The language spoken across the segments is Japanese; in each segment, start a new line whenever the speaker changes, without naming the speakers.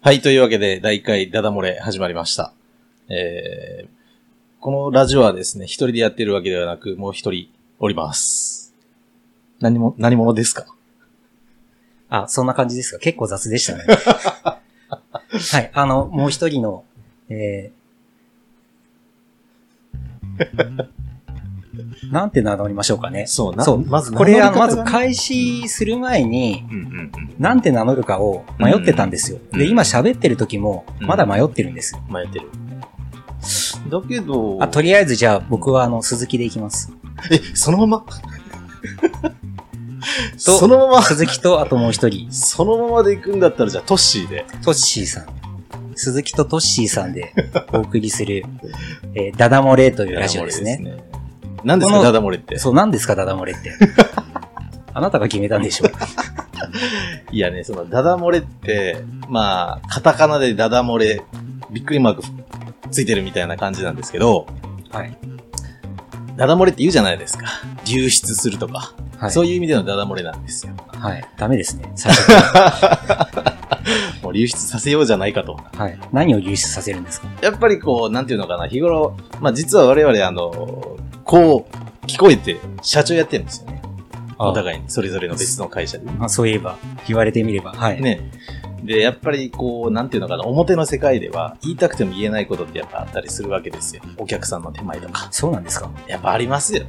はい、というわけで、第1回ダダ漏れ始まりました。えー、このラジオはですね、一人でやってるわけではなく、もう一人おります。何も、何者ですか
あ、そんな感じですが、結構雑で したね。はい、あの、もう一人の、えー、なんて名乗りましょうかね。
そう
そう
まず
これ、あの、まず
か、
開始する前に、
うんうんうん。
なんて名乗るかを迷ってたんですよ。
うん
で、今喋ってる時も、
うん
まだ迷ってるんです。
迷ってる。だけど、
あ、とりあえずじゃあ、僕はあの、鈴木でいき ます。
え、そのまま そのまま、
鈴木と、あともう一人、
そのままで行くんだったら、じゃあ、トッシーで。
トッシーさん。鈴木とトッシーさんでお送りする、えーダダ漏れというラジオですね。
ね。何ですか、
こ
ダ
の
ダ漏れって。
そう、何ですか、ダダ漏れ って。あなたが決めたんでしょ。
いやね、その、ダダ漏れって、まあ、カタカナでダダ漏れ、びっくりマークついてるみたいな感じなんですけど、
はい。
ダダ漏れって言うじゃないですか。流出するとか。
はい。
そういう意味でのダダ漏れなんですよ。
はい。ダメですね。最初から
もう流出させようじゃないかと。
はい。何を流出させるんですか
やっぱりこう、なんていうのかな、日頃、まあ実は我々、あの、こう、聞こえて、社長やってるんですよね。お互いに、それぞれの別の会社で。
あそういえば、言われてみれば。はい。
ね。で、やっぱりこう、なんていうのかな、表の世界では、言いたくても言えないことってやっぱあったりするわけですよ。お客さんの手前とか。
そうなんですか
やっぱありますよ。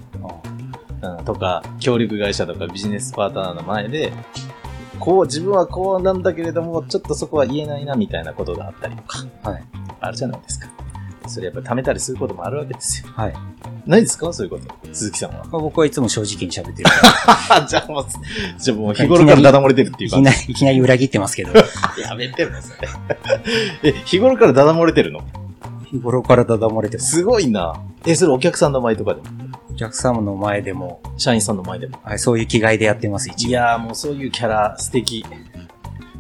あ
うん、とか、協力会社とかビジネスパートナーの前で、こう、自分はこうなんだけれども、ちょっとそこは言えないな、みたいなことがあったりとか、
はい。
あるじゃないですか。それやっぱ貯めたりすることもあるわけですよ。
はい。
ないですかそういうこと。鈴木さんは。
僕はいつも正直に喋ってる。
じゃあもう、じゃあもう日頃からダダ漏れてるってい
いう
か
きなり、いきなり裏切ってますけど。
やめてもそれ。 え、日頃からダダ漏れてるの
日頃からダダ漏れてます。
すごいな。え、それお客さんの前とかでも、
お客様の前でも、
社員さんの前でも。
はい、そういう気概でやってます、一
い
応。
やーもうそういうキャラ素敵。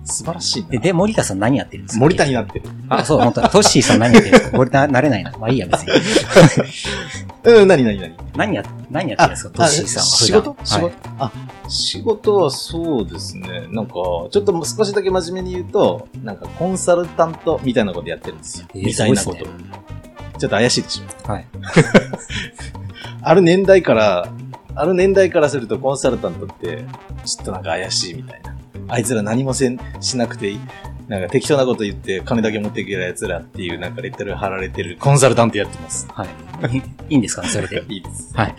素晴らしいな。
で、で、森田さん何やってるんですか
森田になってる。
あ、そう、本当だトッシーさん何やってるんですか森田、なれないな。まあいいや、別に。
うん、なになになに
何や、何やってるんですかトッシーさんは
仕
普
事
段。
仕事、
はい
あ、仕事はそうですね。なんか、ちょっともう少しだけ真面目に言うと、なんかコンサルタントみたいなことやってるんですよ。
えー
みたいなこと。
すごい
ちょっと怪しいでしょ。
はい。
ある年代から、ある年代からするとコンサルタントって、ちょっとなんか怪しいみたいな。あいつら何もせんしなくていい。なんか適当なこと言って金だけ持っていける奴らっていうなんかレッテル貼られてるコンサルタントやってます。
はい。 いいんですかね、それで。
いい です。
はい。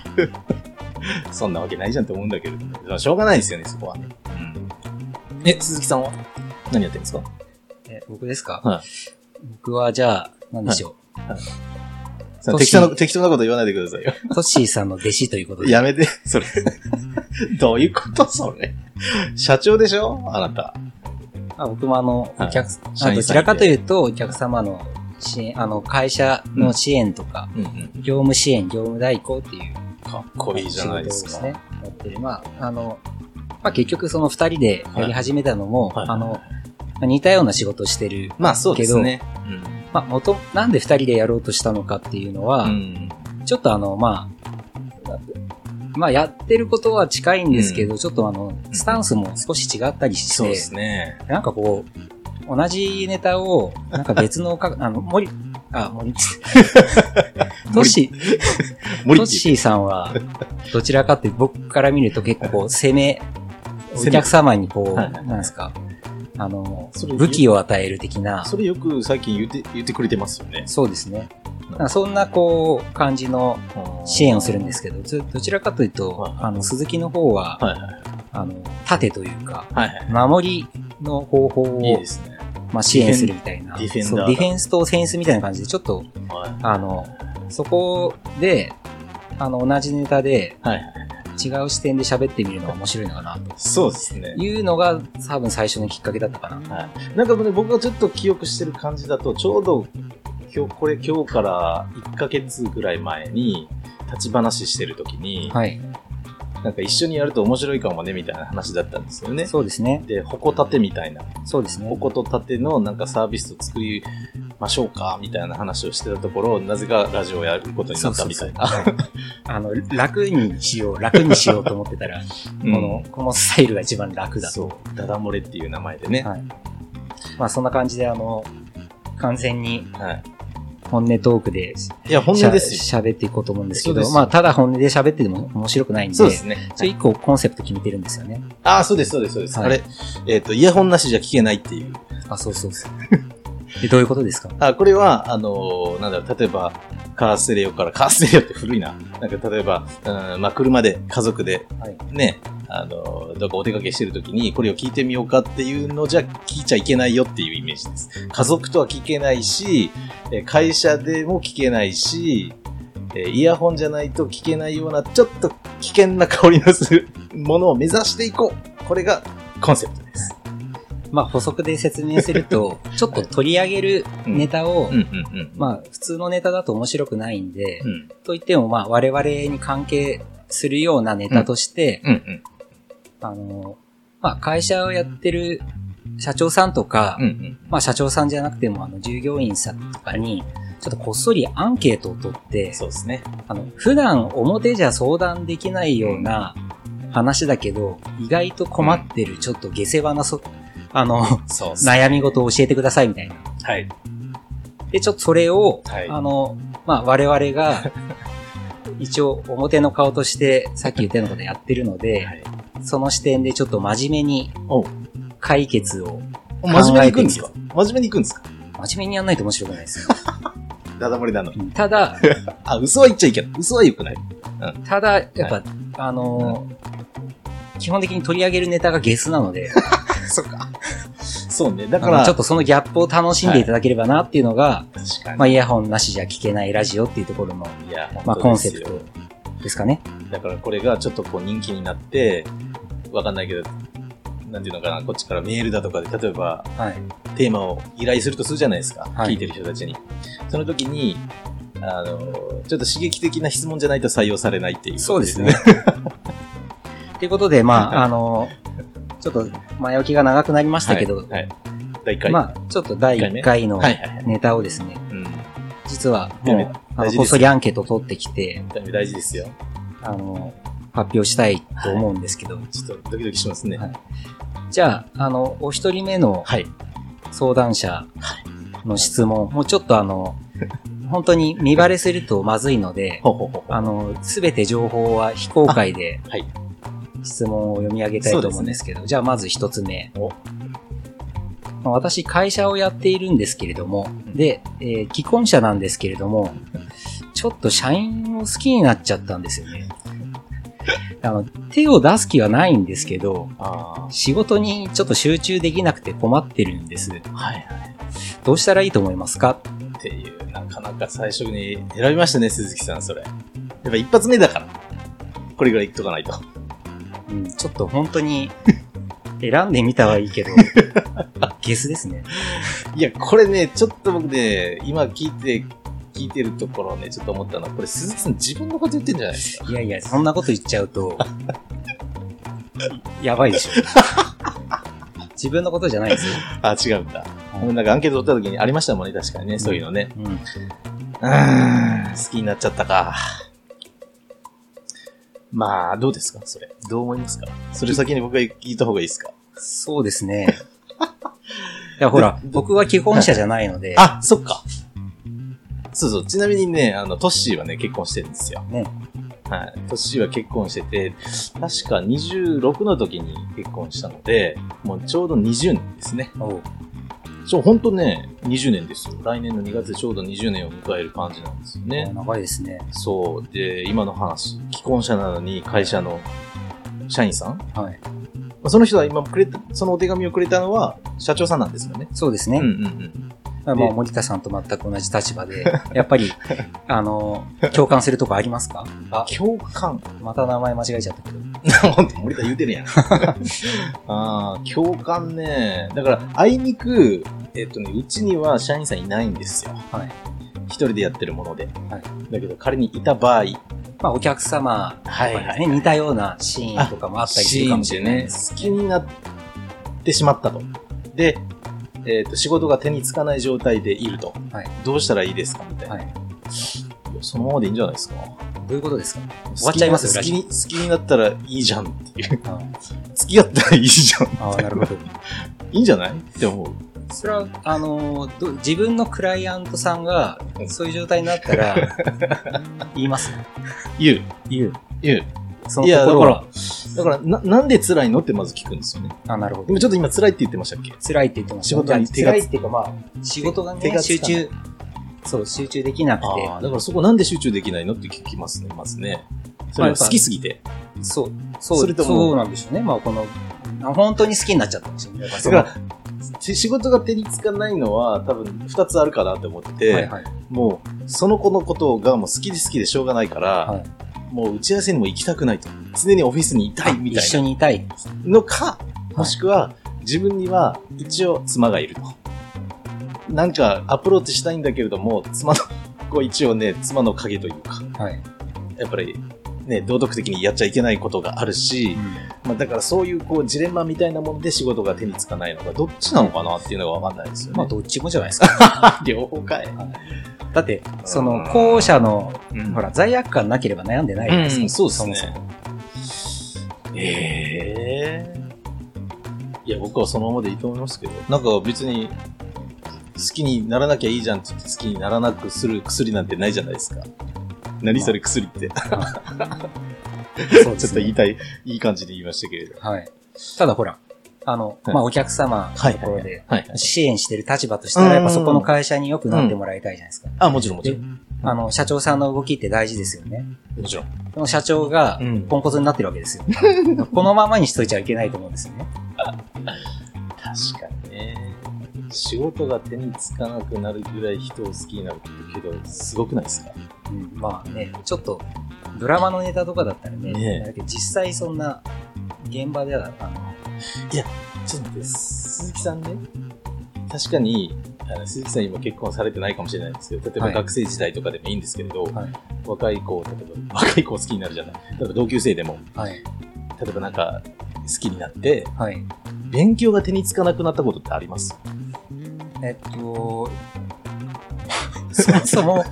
そんなわけないじゃんって思うんだけれども、まあしょうがないですよね、そこはね。うん。え、鈴木さんは何やってるんですか
え僕ですか
はい
僕はじゃあ、何でしょ
その
年
適当な、適当なこと言わないでくださいよ。
う。トッシーさんの弟子ということ で。
やめて、それ。 どういうことそれ。社長でしょあなた。
あ僕もあの、
はい
お客、
社員さん
あ
で
どちらかというと、お客様の支援、あの、会社の支援とか、
うんうん。
業務支援、業務代行っていう
かっこいいじゃないですか。
仕事をね、やってる。まあ、あの、まあ結局その二人でやり始めたのも、
はいはい
あの、まあ似たような仕事をしてる。
まあそうですね。
まあ元、なんで二人でやろうとしたのかっていうのは、
うん。
ちょっとあの、まあ、まあ、やってることは近いんですけど、ちょっとあの、スタンスも少し違ったりして、
そうですね。
なんかこう、同じネタを、なんか別の か、あの、森、あ、森、トッシー、ト
森
ッ
って言
シーさんは、どちらかって僕から見ると結構こう、攻め、お
攻め
客様にこう、
はいはいはい
なんですか、あの
それ、
武器を与える的な
う、それよく最近言って、言ってくれてますよね。
そうですね。なんかそんなこう、感じの支援をするんですけど、ずどちらかとい
は
う
い
と、あの、鈴木の方は、
はいはい。
あの、盾というか、
はいは
守りの方法を、
い。いいですね。
まあ、支援するみたいな、
ディフェンディフェン
そ
ダー
う
だ
ディフェンスとセンスみたいな感じで、ちょっと、
は
あの、そこで、あの、同じネタで、
い。はい。
違う視点で喋ってみるのが面白いのかな、と
そうですね。
いうのが、多分最初のきっかけだったかな。
はい。なんかね、僕がちょっと記憶してる感じだと、ちょうど、今日、これ今日から1ヶ月ぐらい前に、立ち話してる時に、
はい。
なんか一緒にやると面白いかもね、みたいな話だったんですよね。
そうですね。
で、矛盾みたいな
そうですね
お。ことたてのなんかサービスを作りましょうか、みたいな話をしてたところ、なぜかラジオをやることになったみたいな。
そうそうそう。あの、楽にしよう、楽にしようと思ってたら、
うん
この、このスタイルが一番楽だと。
そう。ダダ漏れっていう名前でね。
はい。まあそんな感じで、あの、完全に
はい。
本音トークで
いや、本音ですよ。
しゃ喋っていこうと思うんですけ
そうです
ど、
よ
まあただ本音で喋ってても面白くないんで、
そうですね。
それ一個コンセプト決めてるんですよね。
ああ、そうです、そうです、そうです。
はい
あれ、えっ、と、イヤホンなしじゃ聞けないっていう。
あ、そうそう そう。でどういうことですか
あこれは、あのーなんだろう、例えば、カーステレオから、カーステレオって古いな。なんか、例えば、うん、まあ、車で、家族で、
はい。
ね、あのーどこお出かけしてるときに、これを聞いてみようかっていうのじゃ、聞いちゃいけないよっていうイメージです。家族とは聞けないし、えー会社でも聞けないし、えーイヤホンじゃないと聞けないような、ちょっと危険な香りのするものを目指していこう。これがコンセプトです。
まあ補足で説明すると、 ちょっと取り上げるネタを、
うんうんうん。
まあ普通のネタだと面白くないんで、
うん
といってもまあ我々に関係するようなネタとして、
うんうん。
あの、まあ会社をやってる社長さんとか、
うんうん。
まあ社長さんじゃなくてもあの従業員さんとかに、ちょっとこっそりアンケートを取って、
そうですね。
あの、普段表じゃ相談できないような話だけど、意外と困ってる、ちょっと下世話なそ、あの、
そうですね。
悩み事を教えてくださいみたいな。
はい。
で、ちょっとそれを、
はい
あの、まあ、我々 が、一応表の顔として、さっき言ったようなことやってるので、
はい
その視点でちょっと真面目に
おう
解決を、
真面目に行くんですか真面目に行くんですか
真面目にやんないと面白くないです。
ダダ漏れなのに。
うんただ、
あ、嘘は言っちゃいけない。嘘は良くない。
ただ、やっぱ、あのー基本的に取り上げるネタがゲスなので、
そっか。 そうね。だか
あの
ら、
ちょっとそのギャップを楽しんでいただければなっていうのが、
確
まあ、
か
イヤホンなしじゃ聞けないラジオっていうところの、
に。いや、
まあ、コ
本
ン
当で
セ
す
プ
よ
トですかね。
だからこれがちょっとこう人気になって、わかんないけど、なんていうのかな、こっちからメールだとかで、例えば
はい。
テーマを依頼するとするじゃないですか。
は
聞
い
いてる人たちに。その時に、あの、ちょっと刺激的な質問じゃないと採用されないっていう。
そう ですね。。ということで、ま あ、あの、ちょっと前置きが長くなりましたけど、
はい。はい第1回。
まあ、ちょっと第1回の
はいはいはい。
ネタをですね、
うん。
実は
で
もう
も、
あ
大事で
の
すよ
こっそりアンケートを取ってきて、
大事ですよ。
あの、発表したいと思うんですけど、
ちょっとドキドキしますね。
はいじゃあ、あの、お一人目の
はい。
相談者の質問、もうちょっとあの、本当に見バレするとまずいので、
ほうほうほうほう。
あの、すべて情報は非公開で
はい、
質問を読み上げたいと思うんですけど、じゃあまず一つ目
お。
まあ私、会社をやっているんですけれども、で、えー既婚者なんですけれども、ちょっと社員を好きになっちゃったんですよね。 あの、手を出す気はないんですけど、
あ
仕事にちょっと集中できなくて困ってるんです。
あ。はいは
どうしたらいいと思いますか
い。っていう、なかなか最初に選びましたね、鈴木さん、それ。やっぱ一発目だから。これぐらいいっとかないと。
うん、ちょっと本当に選んでみたはいいけど、 ゲスですね。
いや、これね、ちょっと僕ね、今聞いて、聞いてるところね、ちょっと思ったのは、これ鈴木さん自分のこと言ってんじゃないですか。
いやいや、そんなこと言っちゃうと、やばいでしょ。自分のことじゃないですよ。
あ、違うんだ。なんかアンケート取った時にありましたもんね、確かにね、そういうのね。
うん。
うーん、好きになっちゃったか。まあ、どうですかそれ。どう思いますかそれ先に僕が聞いた方がいいですか
そうですね。いや、ほら、僕は既婚者じゃないので、
あ、そっか。そうそう。ちなみにね、あの、トッシーはね、結婚してるんですよ。
ね
はい。トッシーは結婚してて、確か26の時に結婚したので、もうちょうど20年ですね。
おう
そう、ほんとね、20年ですよ。来年の2月でちょうど20年を迎える感じなんですよね。
長いですね。
そう。で、今の話、既婚者なのに会社の社員さんま
はい。
あその人は今くれた、そのお手紙をくれたのは社長さんなんですよね。
そうです
う
ね。
んうんうん。
まあ、
で
森田さんと全く同じ立場で、やっぱり、あの、共感するとこありますかあ、
共感。
また名前間違えちゃったけど。
ほんと 森田言うてるやん。 ああ、共感ね。だから、あいにく、えっとね、うちには社員さんいないんですよ。
はい。
一人でやってるもので。
はい
だけど、仮にいた場合、
まあ、お客様とかですね、
はいはい
似たようなシーンとかもあったりするかもしれないです。
好きになってしまったと。で、えーと仕事が手につかない状態でいると、
はい
どうしたらいいですかみたいな、
はい
そのままでいいんじゃないですか
どういうことですか 終わっちゃいますよ
好きに好きに好きになったらいいじゃんっていう
あ
付き合ったらいいじゃん
あー、なるほど。
いいんじゃないって思う
それは、あのーど自分のクライアントさんが
うん
そういう状態に なったら、言います
言う
言う。
言う
その
いやだ
心
から
は。
だからななんで辛いのってまず聞くんですよね
あ、なるほど
でも。ちょっと今辛いって言ってましたっけ
辛いって言ってました。
仕事に手が
辛いっていうか、まあ、仕事が
手
ね、
がつ
集
かない
中、そう、集中できなくて、
ああだからそこなんで集中できないのって聞きますねまずねそれは好きすぎて
そう、そう、
それとも
そうなんでしょうね。まあ、この、あ本当に好きになっちゃったんですよね。だからそ
だ
の
からし仕事が手につかないのは多分2つあるかなって思ってて、
はいはい。
もうその子のことがもう好きで好きでしょうがないから、
はい
もう打ち合わせにも行きたくないと常にオフィスにいたいみたい
一緒にいたい。
なのかもしくは自分には一応妻がいるとなんかアプローチしたいんだけれども妻のこう一応ね妻の影というか
はい。
やっぱりね道徳的にやっちゃいけないことがあるし、まあ、だからそういうこうジレンマみたいなもので仕事が手につかないのがどっちなのかなっていうのが分かんないですよね。
まあ、どっちもじゃないです か。
両方かい。
だって、その、
うん
後者の、
うん
ほら、罪悪感なければ悩んでないじゃないですか。
うんそうですね
そもそも。
ええいや、僕はそのままでいいと思いますけど、なんか別に、好きにならなきゃいいじゃんって言って好きにならなくする薬なんてないじゃないですか。何それ薬って。
そうで
ちょっ
す
と
ね
言いたい、いい感じで言いましたけれど。
はい。ただほら、あの、
はい
まあ、お客
は
様の
い
ところで
はい。
支援してる立場としたら、やっぱそこの会社によくなってもらいたいじゃないですか。
あ、もちろんもちろん。
あの、社長さんの動きって大事ですよね。
もちろん。
この社長が
うん、
ポンコツになってるわ けですよ。このままにしといちゃいけないと思うんですよね。
確かにね。仕事が手につかなくなるぐらい人を好きになるけど、すごくないですか
うん、まあね、ちょっと、ドラマのネタとかだったらね、
ねえ
だけど実際そんな、現場では、あの、
ちょっと待って、鈴木さんね、確かに、あの鈴木さん今結婚されてないかもしれないんですけど、例えば
はい
学生時代とかでもいいんですけれど、
はい
若い子、例えば若い子好きになるじゃない。例えば同級生でも、
はい、
例えばなんか好きになって、
はい。
勉強が手につかなくなったことってあり ます
えっと、そもそも、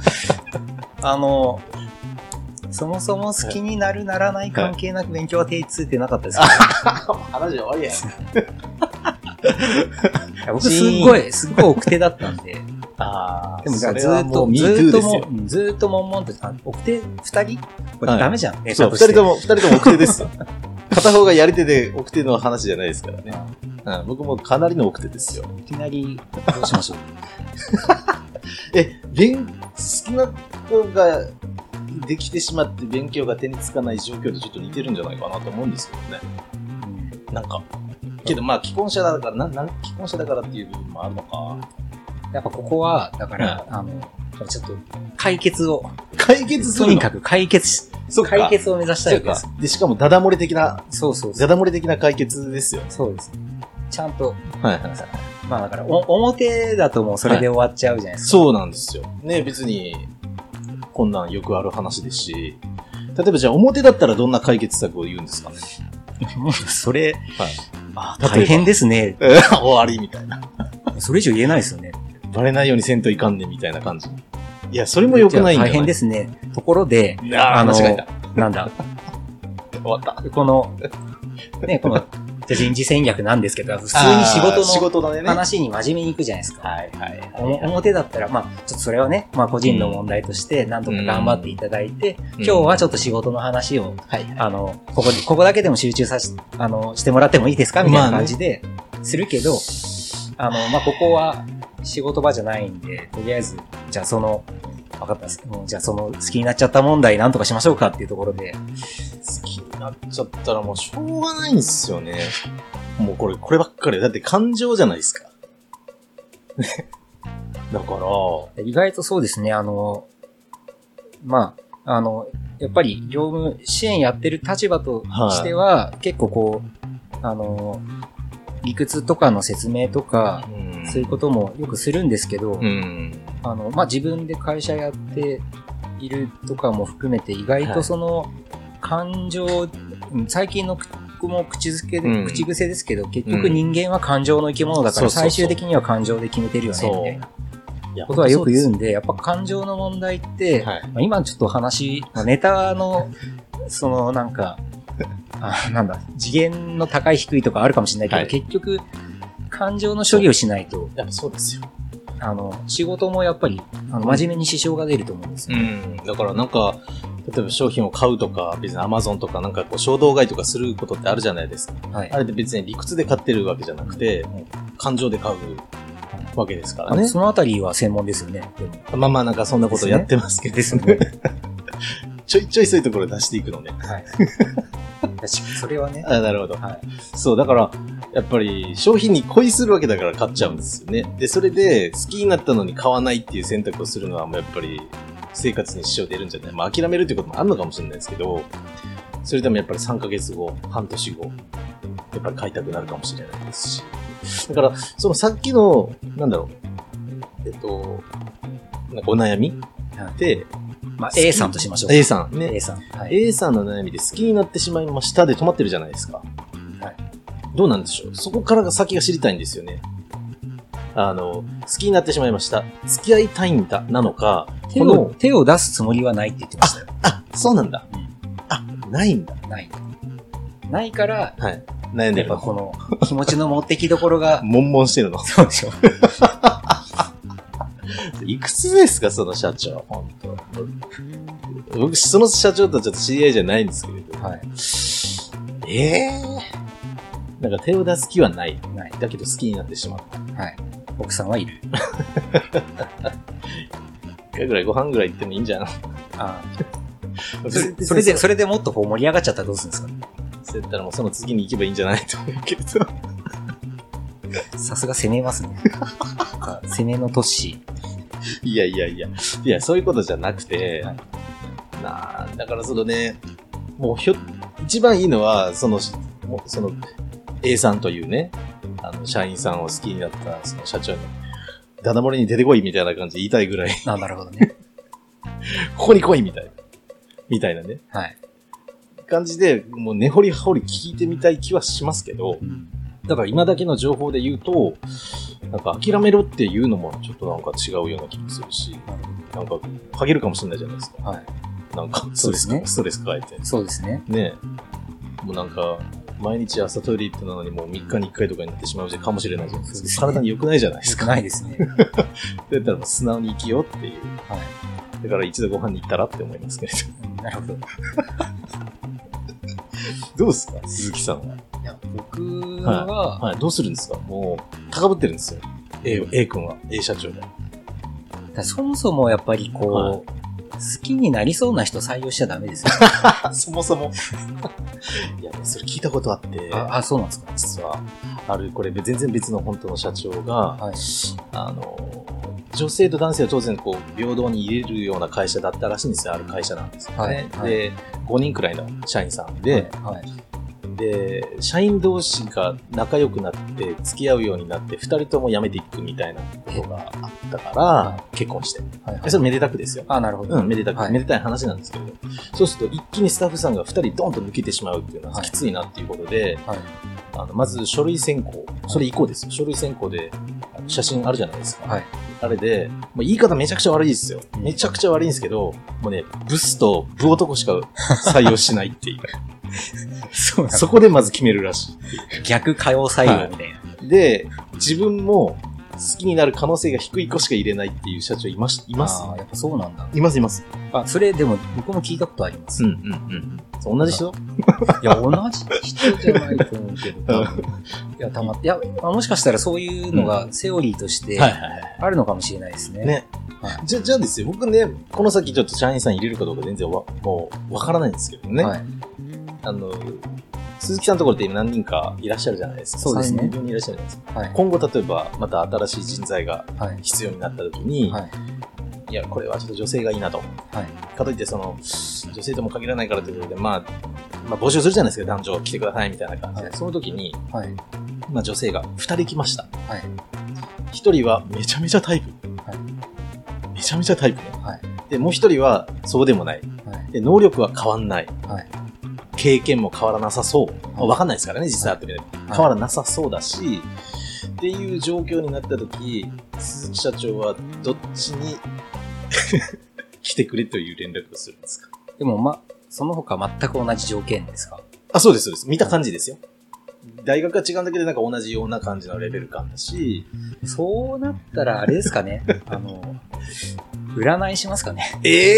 あの、そもそも好きになるならない関係なく勉強は手についてなかったです
話終わりや。
けど、僕すっごい、すっごい奥手だったんで、
ああ、
でも
そ
だから
れ
ず
は
ーっ
も
と
う、
ずー
MeToo
っと
です
も
よ。
うん、ずーっと悶々と、あ奥手二人こ
はい
れダメじゃん、ネ
そう、
タ
二
として
人とも、二人とも奥手 ですよ。片方がやり手で奥手の話じゃないですからね。うん、僕もかなりの奥手ですよ。
いきなり、どうしましょう。
え、勉、好きな子ができてしまって勉強が手につかない状況とちょっと似てるんじゃないかなと思うんですけどね。
うん
なんか。けどまあ、既婚者だから、な、なん、既婚者だからっていう部分もあるのか。
やっぱここは、だから、あの、ちょっと、解決を、
解決す
と
るの
にかく解決し、
そっか
解決を目指した
そ
いわ
う
けで
か
す。。
で、しかも、ダダ漏れ的な、
そうそうそう。
ダダ漏れ的な解決ですよ。
そうですね。ちゃんと、
はいはい。
まあだから、お表だともうそれで終わっちゃうじゃないですか。
そうなんですよ。ね、別に、こんなんよくある話ですし。例えばじゃあ、表だったらどんな解決策を言うんですかね。
もうそれ、
あ
大変ですね。
終わりみたいな。
それ以上言えないですよね。
バレないようにせんといかんねみたいな感じ。いや、それも良くないんだ。
大変ですすね。ところで、
ああ、
あの
間違えた。
なんだ、
終わった。
この、ね、この、じゃあ人事戦略なんですけど、普通に仕
あー仕
事の
事だね。はい
話に真面目に行くじゃないですか。
はいはい。
おも表だったら、まあ、ちょっとそれをね、まあ、個人の問題として、なんとか頑張っていただいて、今日はちょっと仕事の話を
はいはい。
あの、ここで、ここだけでも集中さし、あの、してもらってもいいですかみたいな
まあね
感じで、するけど、あの、まあ、ここは仕事場じゃないんで、とりあえず、じゃあその、わかったです。もうじゃあその、好きになっちゃった問題なんとかしましょうかっていうところで、
好きになっちゃったらもうしょうがないんですよね。もうこれ、こればっかり。だって感情じゃないですか。だから、
意外とそうですね、あの、まあ、あの、やっぱり業務支援やってる立場としては、結構こう、あの、理屈とかの説明とか、
うん
そういうこともよくするんですけど、
うん。
あの、まあ、自分で会社やっているとかも含めて、意外
はい
とその、感情、うん最近の僕も口づけで、
うん
口癖ですけど、結局人間は感情の生き物だか
そう
ら、
そうそう
最終的には感情で決めてるよね、みたいな
う。いや
ことはよく言う
本
んで、やっぱ感情の問題っ
当
て、
そうですはい。
まあ、今ちょっと話、まあネタの、そのなんか、あなんだ、次元の高い低いとかあるかもしれないけど、
はい
結局、感情の処理をしないと、
やっぱそうですよ。
あの、仕事もやっぱり、あの、真面目に支障が出ると思うんです
う
よ。
ん。だからなんか、例えば商品を買うとか、別に Amazon とかなんかこう衝動買いとかすることってあるじゃないですか。
はい
あ。れって別に理屈で買ってるわけじゃなくて、もう感情で買うわけですか
あ
ら
の
ね。
そのあたりは専門ですよね。でも
まあまあなんかそんなことやってますけど、
ですね。
ちょいちょいそういうところ出していくのね。
はい。確かに、それはね。
あなるほど。
は
そう、だから、やっぱり商品に恋するわけだから買っちゃうんですよね。で、それで好きになったのに買わないっていう選択をするのは、もうやっぱり生活に支障出るんじゃないまあ諦めるってこともあるのかもしれないですけど、それでもやっぱり3ヶ月後、半年後、やっぱり買いたくなるかもしれないですし。だから、そのさっきの、なんだろう、えっと、なんかお悩み
はい
で、
まあ、A さんとしましょうか。
A さんね。
A さん。はい。
A さんの悩みで好きになってしまいましたで止まってるじゃないですか。
はい
どうなんでしょうそこからが先が知りたいんですよね。あの、好きになってしまいました。付き合いたいんだ、なのか、
手
こ
を
の、
手を出すつもりはないって言ってましたよ。
あ、そうなんだ
うん。
あ、ないんだ。
ない。ないから、
はい。悩んで
やっ
るの。
ぱこの気持ちの持ってきどころが、
悶々してるの。
そうでしょ。
いくつですか、その社長。本当僕、その社長とはちょっと知り合いじゃないんですけれど。
はい。
ええー。なんか手を出す気はない。
ない。
だけど好きになってしまった。
はい。奥さんはいる。
一回ぐらいご飯ぐらい行ってもいいんじゃん。
ああ。それそれで、それでもっとこう盛り上がっちゃったらどうするんですかね
そうやったらもうその次に行けばいいんじゃないと思うけど。
さすが攻めます ね。あ攻めの都市。
いやいやいや。いや、そういうことじゃなくて、
はい
なあ、だからそのね、もうひょ、一番いいのは、その、もうその、A さんというね、あの、社員さんを好きになった、その社長に、ダダ漏れに出てこいみたいな感じで言いたいぐらい、
あなるほどね。
ここに来いみたいな、みたいなね、
はい。
感じで、もう根掘り葉掘り聞いてみたい気はしますけど、
うん
だから今だけの情報で言うと、なんか諦めろっていうのもちょっとなんか違うような気もするし、なんか限るかもしれないじゃないですか。
はい。
なんかスト
そう
レ
で
ス
す
か、
ね
ストレス抱えて。
そうですね。
ねえもうなんか、毎日朝トイレ行ってなのにもう3日に1回とかになってしまうかもしれないじゃないですか。
そうですね
体に良くないじゃないです
少
か。
ないですね。
だったらもう素直に生きようっていう。
は
だから一度ご飯に行ったらって思いますけれど。
い。なるほど。
どうですか鈴木さんは。
いや、僕は、
はい、どうするんですかもう、高ぶってるんですよ。A を、A 君は、A 社長が。
だからそもそもやっぱ
は
り
い
こう、好きになりそうな人採用しちゃダメですよ。
あ そもそも。いや、ね、それ聞いたことあって、
あ、あそうなんですか。
実は、ある、これ全然別の本当の社長が、
はい。
あの、女性と男性は当然こう、平等に入れるような会社だったらしいんですよ、ある会社なんですよね。
はいはい
で、5人くらいの社員さんで、
はい。
で、社員同士が仲良くなって、付き合うようになって、2人とも辞めていくみたいなことがあったから、
は
結婚して。
はいは
で
い
それめでたくですよ。
あ、なるほど。
うん、めでたく、
はい
めでたい話なんですけど、そうすると一気にスタッフさんが2人ドンと抜けてしまうっていうのは
はい
きついなっていうことで、
はい。
あのまず書類選考、それ以降ですよ。書類選考で、あの写真あるじゃないですか。
はい。
あれで、もう言い方めちゃくちゃ悪いですよ。
うん
めちゃくちゃ悪いんですけど、もうね、ブスとブ男しか採用しないっていう。
そう
そこでまず決めるらし
逆歌謡採用みたいな。
い。で、自分も好きになる可能性が低い子しか入れないっていう社長いましいます
あーやっぱそうなんだ。
いますいます。
あ、それでも僕も聞いたことありま
う
す。
んう
い
んうん。そう同じ人
や、同じ人じゃないと思うけど、多分いや、たま、いや、まあもしかしたらそういうのがセオリーとして
はいはいは
あるのかもしれないですね。
い。ね
は。
じゃ、じゃあですよ、僕ね、この先ちょっと社員さん入れるかどうか全然わ、もう、わからないんですけどね。
はい。
あの、鈴木さんのところって今何人かいらっしゃるじゃないですか。
そうですね
3人いらっしゃるじゃないですか。
はい。
今後例えば、また新しい人材が
はい。
必要になった時に、
はい。
い、や、これはちょっと女性がいいなと。
はい。
かといって、その、女性とも限らないからということで、まあ、まあ、募集するじゃないですか、男女来てくださいみたいな感じで。
はい
その時に、
はい。
まあ、女性が2人来ました。
はい。
1人はめちゃめちゃタイプ。
はい
めちゃめちゃタイプね。
はい
で、もう1人はそうでもない。
はい。
で、能力は変わんない。
はい
経験も変わらなさそう。まあわかんないですからね、実際会ってみないと変わ
ら
らなさそうだし、っていう状況になった時、鈴木社長はどっちに 来てくれという連絡をするんですか
でも、ま、その他全く同じ条件ですか
あ、そうです、そうです。見た感じですよ。大学が違うんだけど、なんか同じような感じのレベル感だし、
そうなったら、あれですかね。あの、占いしますかね。
ええ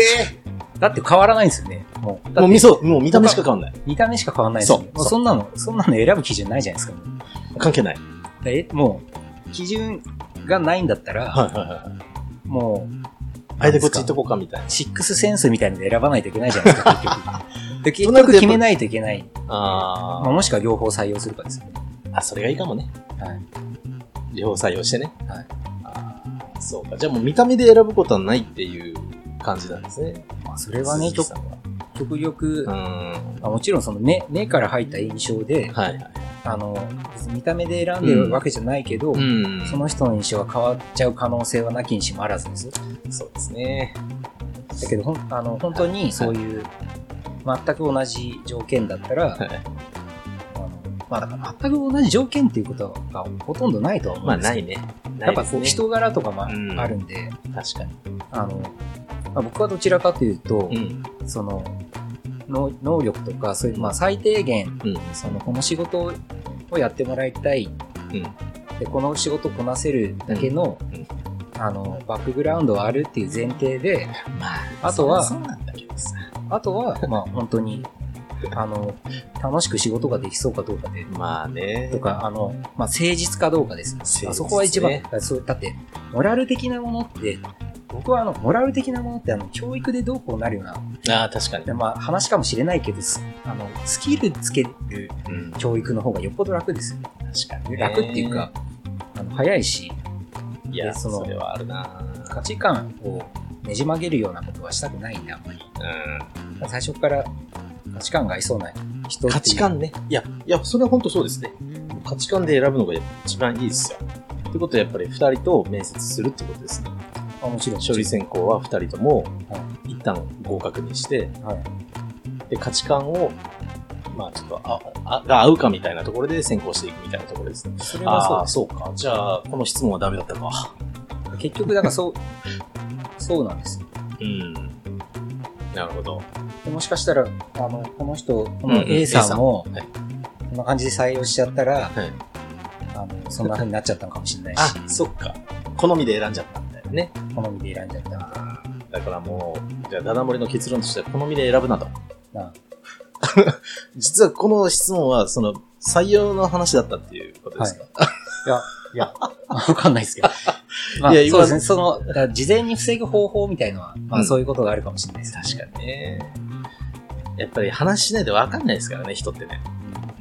だって変わらないんですよね。もう。だ
もう
って
見そう、もう見た目しか変わんない。
見た目しか変わらないですよね。
そう
もうそんなの、そんなの選ぶ基準ないじゃないですか。もう
関係ない。
だえ、もう、基準がないんだったら、
いはいはい。
も、
あれでこっち行っとこうかみたいう
シックスセンスみたいので選ばないといけないじゃないですか、結局。
と
で結
なるとやっ
局
ぱ
決めないといけない。
な。あ
まあ、もしくは両方採用するかですよね。
あ。あ、それがいいかもね。
はい。
両方採用してね。
はい。
ああ、そうか。じゃあもう見た目で選ぶことはないっていう感じなんですね。
まあ、それはね、
鈴木さ
極
んは
極力、
うー
ま
ん。
あ、もちろんその目、目から入った印象で、
はいはい。
あの、別に見た目で選んでるわけじゃないけど、
うん
その人の印象が変わっちゃう可能性はなきにしもあらずですよ。
そうですね。
だけど、ほんあの本当にそういう、全く同じ条件だったら、
はい
あのまあだから全く同じ条件っていうことがほとんどないとは思
ま
う
あ
んです
な
け
いね。
ど、
な
や
い
っぱ
です
こう
ね
人柄とかもあ
うん
あるんで、
確かに。
あのまあ、僕はどちらかというと、
うん。
その能能力とかそういう、
うん
まあ、最低限
うん。
そのこの仕事をやってもらいたい
うん。
でこの仕事をこなせるだけの,、
うんうん
あのバックグラウンドはあるっていう前提で
まあ、
あとは
そうなんだけどさ。
あとは、まあ本当に、あの、楽しく仕事ができそうかどうかで、
まあね
と。か、あの、まあ誠実かどうかです。
誠実ね
あそこは一番、だそうだって、モラル的なものって、僕はあの、モラル的なものって、あの、教育でどうこうなるような
ああ、確かに
で、。まあ話かもしれないけど、すあの、スキルつける
うん。確
教育の方がよっぽど楽ですよ。
かにね。
楽っていうか、あの、早いし、
いや、
でそ
そ
の
れはあるな
価値観をねじ曲げるようなことはしたくないんで、あんまり。
う
最初から価値観が合いそうな人
ん。
っていう
価値観ね。いや、いや、それは本当そうですね。価値観で選ぶのが一番いいですよ。ってことはやっぱり二人と面接するってことですね。
あもちろん。
処理選考は二人とも
は
一旦合格にして、
はい。
で価値観を、まあちょっとああ、が合うかみたいなところで先行していくみたいなところですね。
それは
あ
そ
あー、そうか。じゃあ、この質問はダメだったか。
うです。結局、だからそう、 そうなんですよ。
うん。なるほど。
でもしかしたら、あの、この人、こ
うんう
の
ん
A さんも、
はい
こんな感じで採用しちゃったら、
はい。
あの、そんな風になっちゃったのかもしれない
あ
し、、
そっか。好みで選んじゃったみたいなね。
好みで選んじゃった な
だからもう、じゃあ、ダダ漏れの結論としては、好みで選ぶなと。
あ。
実はこの質問は、その、採用の話だったっていうことですか、
いや、いや、わかんないですけど。 まあ、
いや
そうですね。
今
その、だから事前に防ぐ方法みたいのは、ま
う
あ、
ん
そういうことがあるかもしれないです。
確かにね。やっぱり話しないと分かんないですからね、人ってね。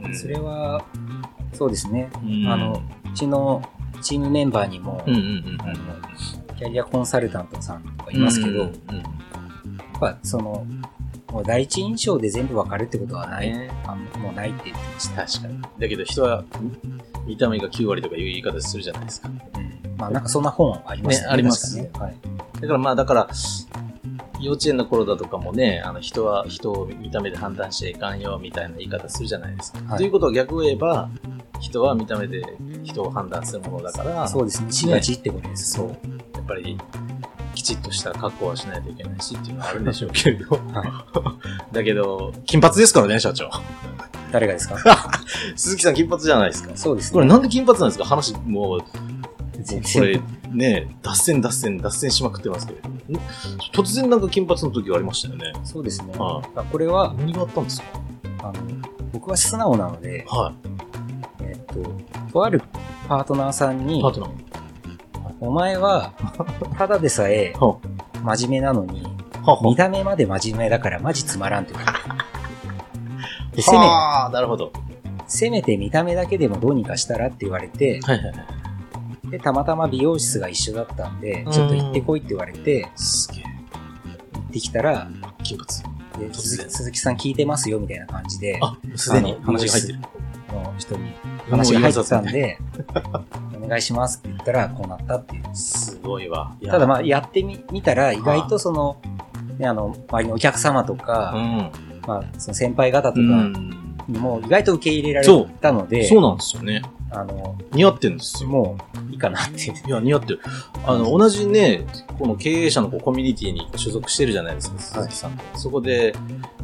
う
うんん
それは、そうですね。
うん
あの、うちのチームメンバーにも、
うんうんうん
あの、キャリアコンサルタントさんとかいますけど、
うんうん
やっぱその、もう第一印象で全部わかるってことはない、
ね
あもうないって言ってました。
確かに。だけど人は見見た目が9割とかいう言い方するじゃないですか。
うん、まあなんかそんな本ありまし
ね
た
あります
確かね
だからまあだから、幼稚園の頃だとかもね、あの人は人を見た目で判断しちゃいかんよみたいな言い方するじゃないですか。
はい
ということは逆を言えば、人は見た目で人を判断するものだか
は
ら、
い。そうですね。しがちってことです。
そう。やっぱり、きちっとした格好はしないといけないしっていうのはあるんでしょうけれど。だけど、金髪ですからね、社長。
誰がで すか
鈴木さん金髪じゃないですか。
そうです
こ
ね。
れなんで金髪なんですか話、もう、
全
これ
然。
ね、 脱線脱線脱線しまくってますけれど。ん突然なんか金髪の時がありましたよね。
そうですね。
あ
あこれは、
何があったんですか
あの、僕は素直なので、
は
えっと、とあるパートナーさん
い。
に
パー、トナー。
お前は、ただでさえ
は
真面目なのに、
あ、は
見た目まで真面目だからマジつまらんって言わ れてでせめ
あ、なるほど。
せめて見た目だけでもどうにかしたらって言われて、
はいはいはい。
で、たまたま美容室が一緒だったんで
う、ん
ちょっと行ってこいって言われて、
すげえ。
行ってきたら、
金髪。
で
突然
鈴木鈴木さん聞いてますよみたいな感じで、
あ、すでに
あの
話が入ってる。
の人に話が入ってたん
もう言わ
で、お願いしますって言ったら、こうなったっていう。
さずね。すごいわ。
ただま
あ、
あ、やってみ見たら、意外とその、ねあの、周りのお客様と
う
か、
ん。
まあ、その先輩方とか
うん。
にも意外と受け入れら
そ
れ
う
たので、
そうなんですよね。
あの、
似合ってるんですよ。
もういいかなっていう。
いや、似合ってる。あの、同じね、この経営者のこうコミュニティに所属してるじゃないですか、鈴木さんって、そこで、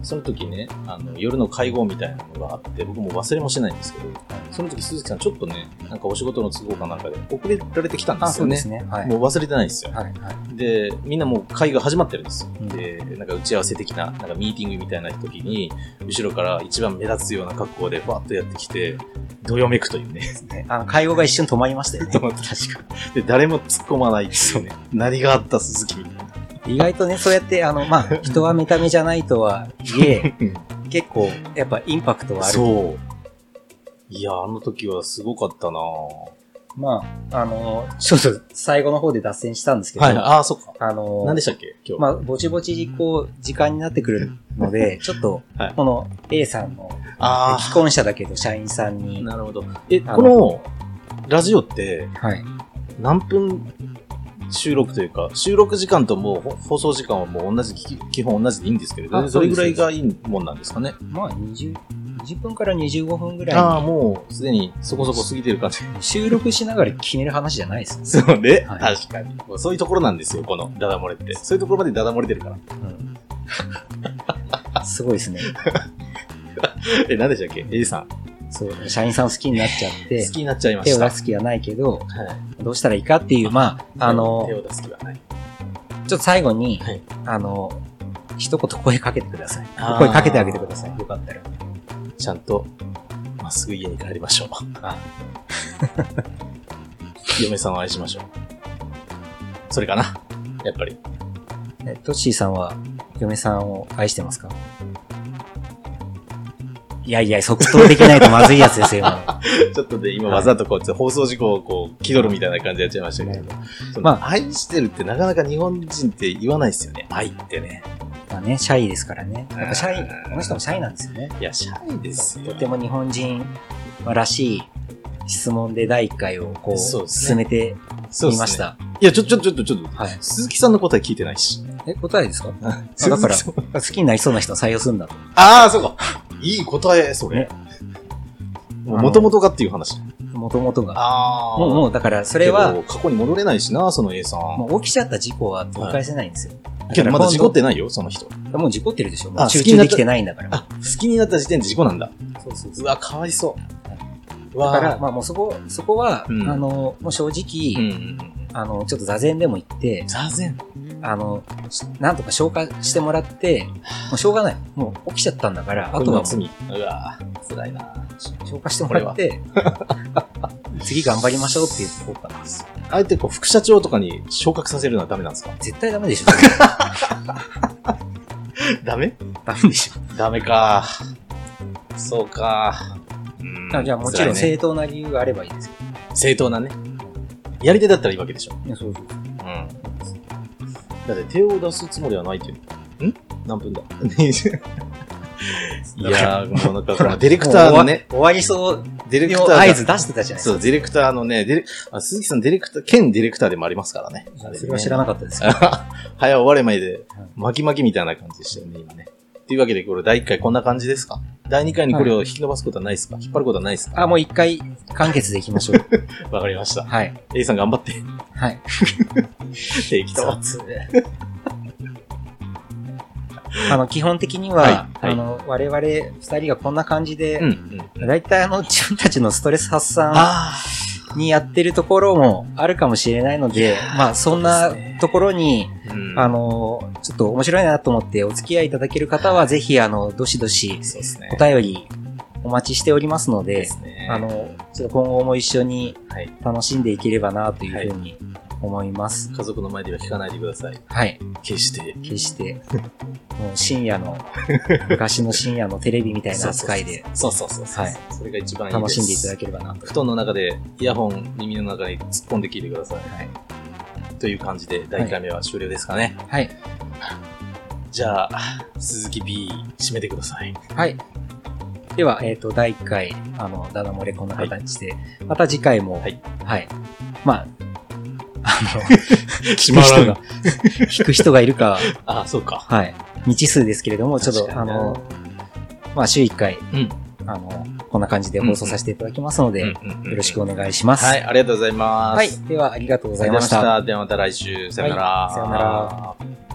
その時ね、あの、夜の会合みたいなのがあって、僕も忘れもしないんですけど、その時鈴木さんちょっとね、なんかお仕事の都合かなんかで遅れられてきたんで
あ、
す
そ
よ
う
ね。
ですね。はい。
もう忘れてないんですよ。
はい、はい。
で、みんなもう会が始まってるんですよ。
うん
で、なんか打ち合わせ的な、なんかミーティングみたいな時に、後ろから一番目立つような格好で、バーッとやってきて、どよめくというね。
ねあの、会合が一瞬止まりましたよね。
止まって確かで、誰も突っ込まないですよね。何があった鈴木みたいな。
意外とね、そうやって、あの、まあ、人は見た目じゃないとはいえ
うん、
結構、やっぱインパクトはあ る。
そう。いや、あの時はすごかったなは
まあ、あの、ちょっと最後の方で脱線したんですけど、
い、ああ、そっか。
あの、
何でしたっけ今日。
まあ、ぼちぼち、こう、時間になってくるので、ちょっと
はい、
この A さんの、
あ
既婚者だけど社員さん
あ、
に、
なるほど。え、
あの
この、ラジオって、
はい。
何分収録というか、収録時間ともうほ放送時間はもう同じ、き基本同じでいいんですけれど、
あ
そ
そう
れぐ
です
らいがいいもんなんですかね。
まあ、20、20分から25分ぐ
あ
ら
あ、もうすでにそこそこ過ぎてる感じ。
い、収録しながら決める話じゃないですよ。
そうね、
はい
確かに。もうそういうところなんですよ、このダダ漏れって。そういうところまでダダ漏れてるから。
うんすごいですね。
え、何でしたっけ ?A さん。好
そう、社員さん好きになっちゃって、
きになっちゃいま
手
し
を
た。
出す気はないけ
は
ど、
い
どうしたらいいかっていう、まあ、あの
手、を出す気はない。
ちょっと最後に、
はい
あの、一言声かけてください
あー。
声かけてあげてください。よかったら。
ちゃんと、まっすぐ家に帰りましょう。 嫁さんを愛しましょう。それかなやっぱり。
えトッシーさんは、嫁さんを愛してますかいやいや、即答できないとまずいやつですよ、今の
ちょっとで、今わざとこう、放送事故をこう、気取るみたいな感じでやっちゃいましたけど。その
まあ
愛してるってなかなか日本人って言わないですよね。愛ってね。
まあね、シャイですからね。やっぱシャイ、この人もシャイなんですよね。
いや、シャイですよ。
とても日本人らしい質問で第一回をこ
そうで
う、
すね
進めて
そうっすね
みまし。た。
いや、ちょ、ちょ、ちょ、ちょ、ちょっと、
はい。
鈴木さんの答え聞いてないし。
え、答えで すか
だ
だから、好きになりそうな人を採用するんだと。
ああ、そうか。いい答え、それ
ね。
もともとがっていう話。
もともとが。
あ
もう、も
う、
う、だから、そ
そ
れは、、
過去に戻れないしな、その A さん。
もう起きちゃった事故は取り返せないんですよ。
けどまだ事故って
な
ないよ、その人。
い。もう事故ってるでしょ。も
あ
う集
好きに
中
なっ
で
た
きてないんだから。
あ、好きになった時点で事故なんだ。
そうそうそう
うわ、かわいそう。う
だ
わ
から、まあもうそこ、そこは、
うん
あの、もう正
う
直、
ん。
あの、ちょっと座禅でも行って、
座禅。
あの、しなんとか消化してもらって、もうしょうがない。もう起きちゃったんだから、あ
あ
と
と
は
は
もう
罪。うわ辛いな
消化してもら って、次頑張りましょうっていうところかな。
あえてこう、副社長とかに昇格させるのはダメなんですか
絶対ダメで しょ。
ダメ
ダメでしょ。
ダメかそうかうん
じゃあもちろん
辛いね
正当な理由があればいいですけ
正当なね。やり手だったらいいわけでしょ。
ど。いや、そうそう。
うん。だって手を出すつもりはないっていう。ん何分 だいやー、もうなんか、このディレクターのね、
もう終わ。終わりそう。
ディレクターが
合図出してたじゃないです
そ
か。
う、ディレクターのね、ディレあ鈴木さん、ディレクター、兼ディレクターでもありますからね。あ
それは知らなかったですけど。
かった。 早終われまいで、巻き巻きみたいな感じでしたよね、今ね。というわけで、これ、第1回こんな感じですか第2回にこれを引き伸ばすことはないですか、引っ張ることはないですか
あ、もう一回完結でいきましょう。
わかりました。
はい。
A さん頑張 って。
はい。
適当。
あの、基本的には、
はいはい
あの、我々二人がこんな感じで、
うん、うん。
だいたいあの、自分たちのストレス発散
ああ。
にやってるところもあるかもしれないので、まあ、そん
そ
な
うですね
ところに、
うん
あ、の、ちょっと面白いなと思ってお付き合いいただける方は、ぜひ、あの、どしどし
そうですね。
お便りお待ちしておりますの
で
で、
すね。
あ、の、ちょっと今後も一緒に
はい。
楽しんでいければなというふうに思います。
家族の前では聞かないでください。
はい。
決して。
決して、もう深夜 の、昔の深夜のテレビみたいな扱いで
そうそうそうそう。
はい
それが一番いいです。
楽しんでいただければなと。
布団の中でイヤホン耳の中に突っ込んで聞いてください。
はい。
という感じで第1回目は終了ですかね。
はい。
じゃあ、鈴木 B、締めてください。
はい。では、えっ、と、第1回、あの、ダダ漏れこんな形で、また次回も、
は
はいい。まあ、あの、
決
聞く人が、聞く人がいるか、
あ、そうか。
はい。未知数ですけれども、ちょっ
確
と、
か
あ
にな
の、まあ、週1回、
うん
あの、こんな感じで放送させていただきますので、
うん
よ
うんうん
ろしくお願いします。
はい、ありがとうございます。
はい。では、ありがとうご
ご
ざいました。。
ではまた来週。さよなら。
はいさよなら。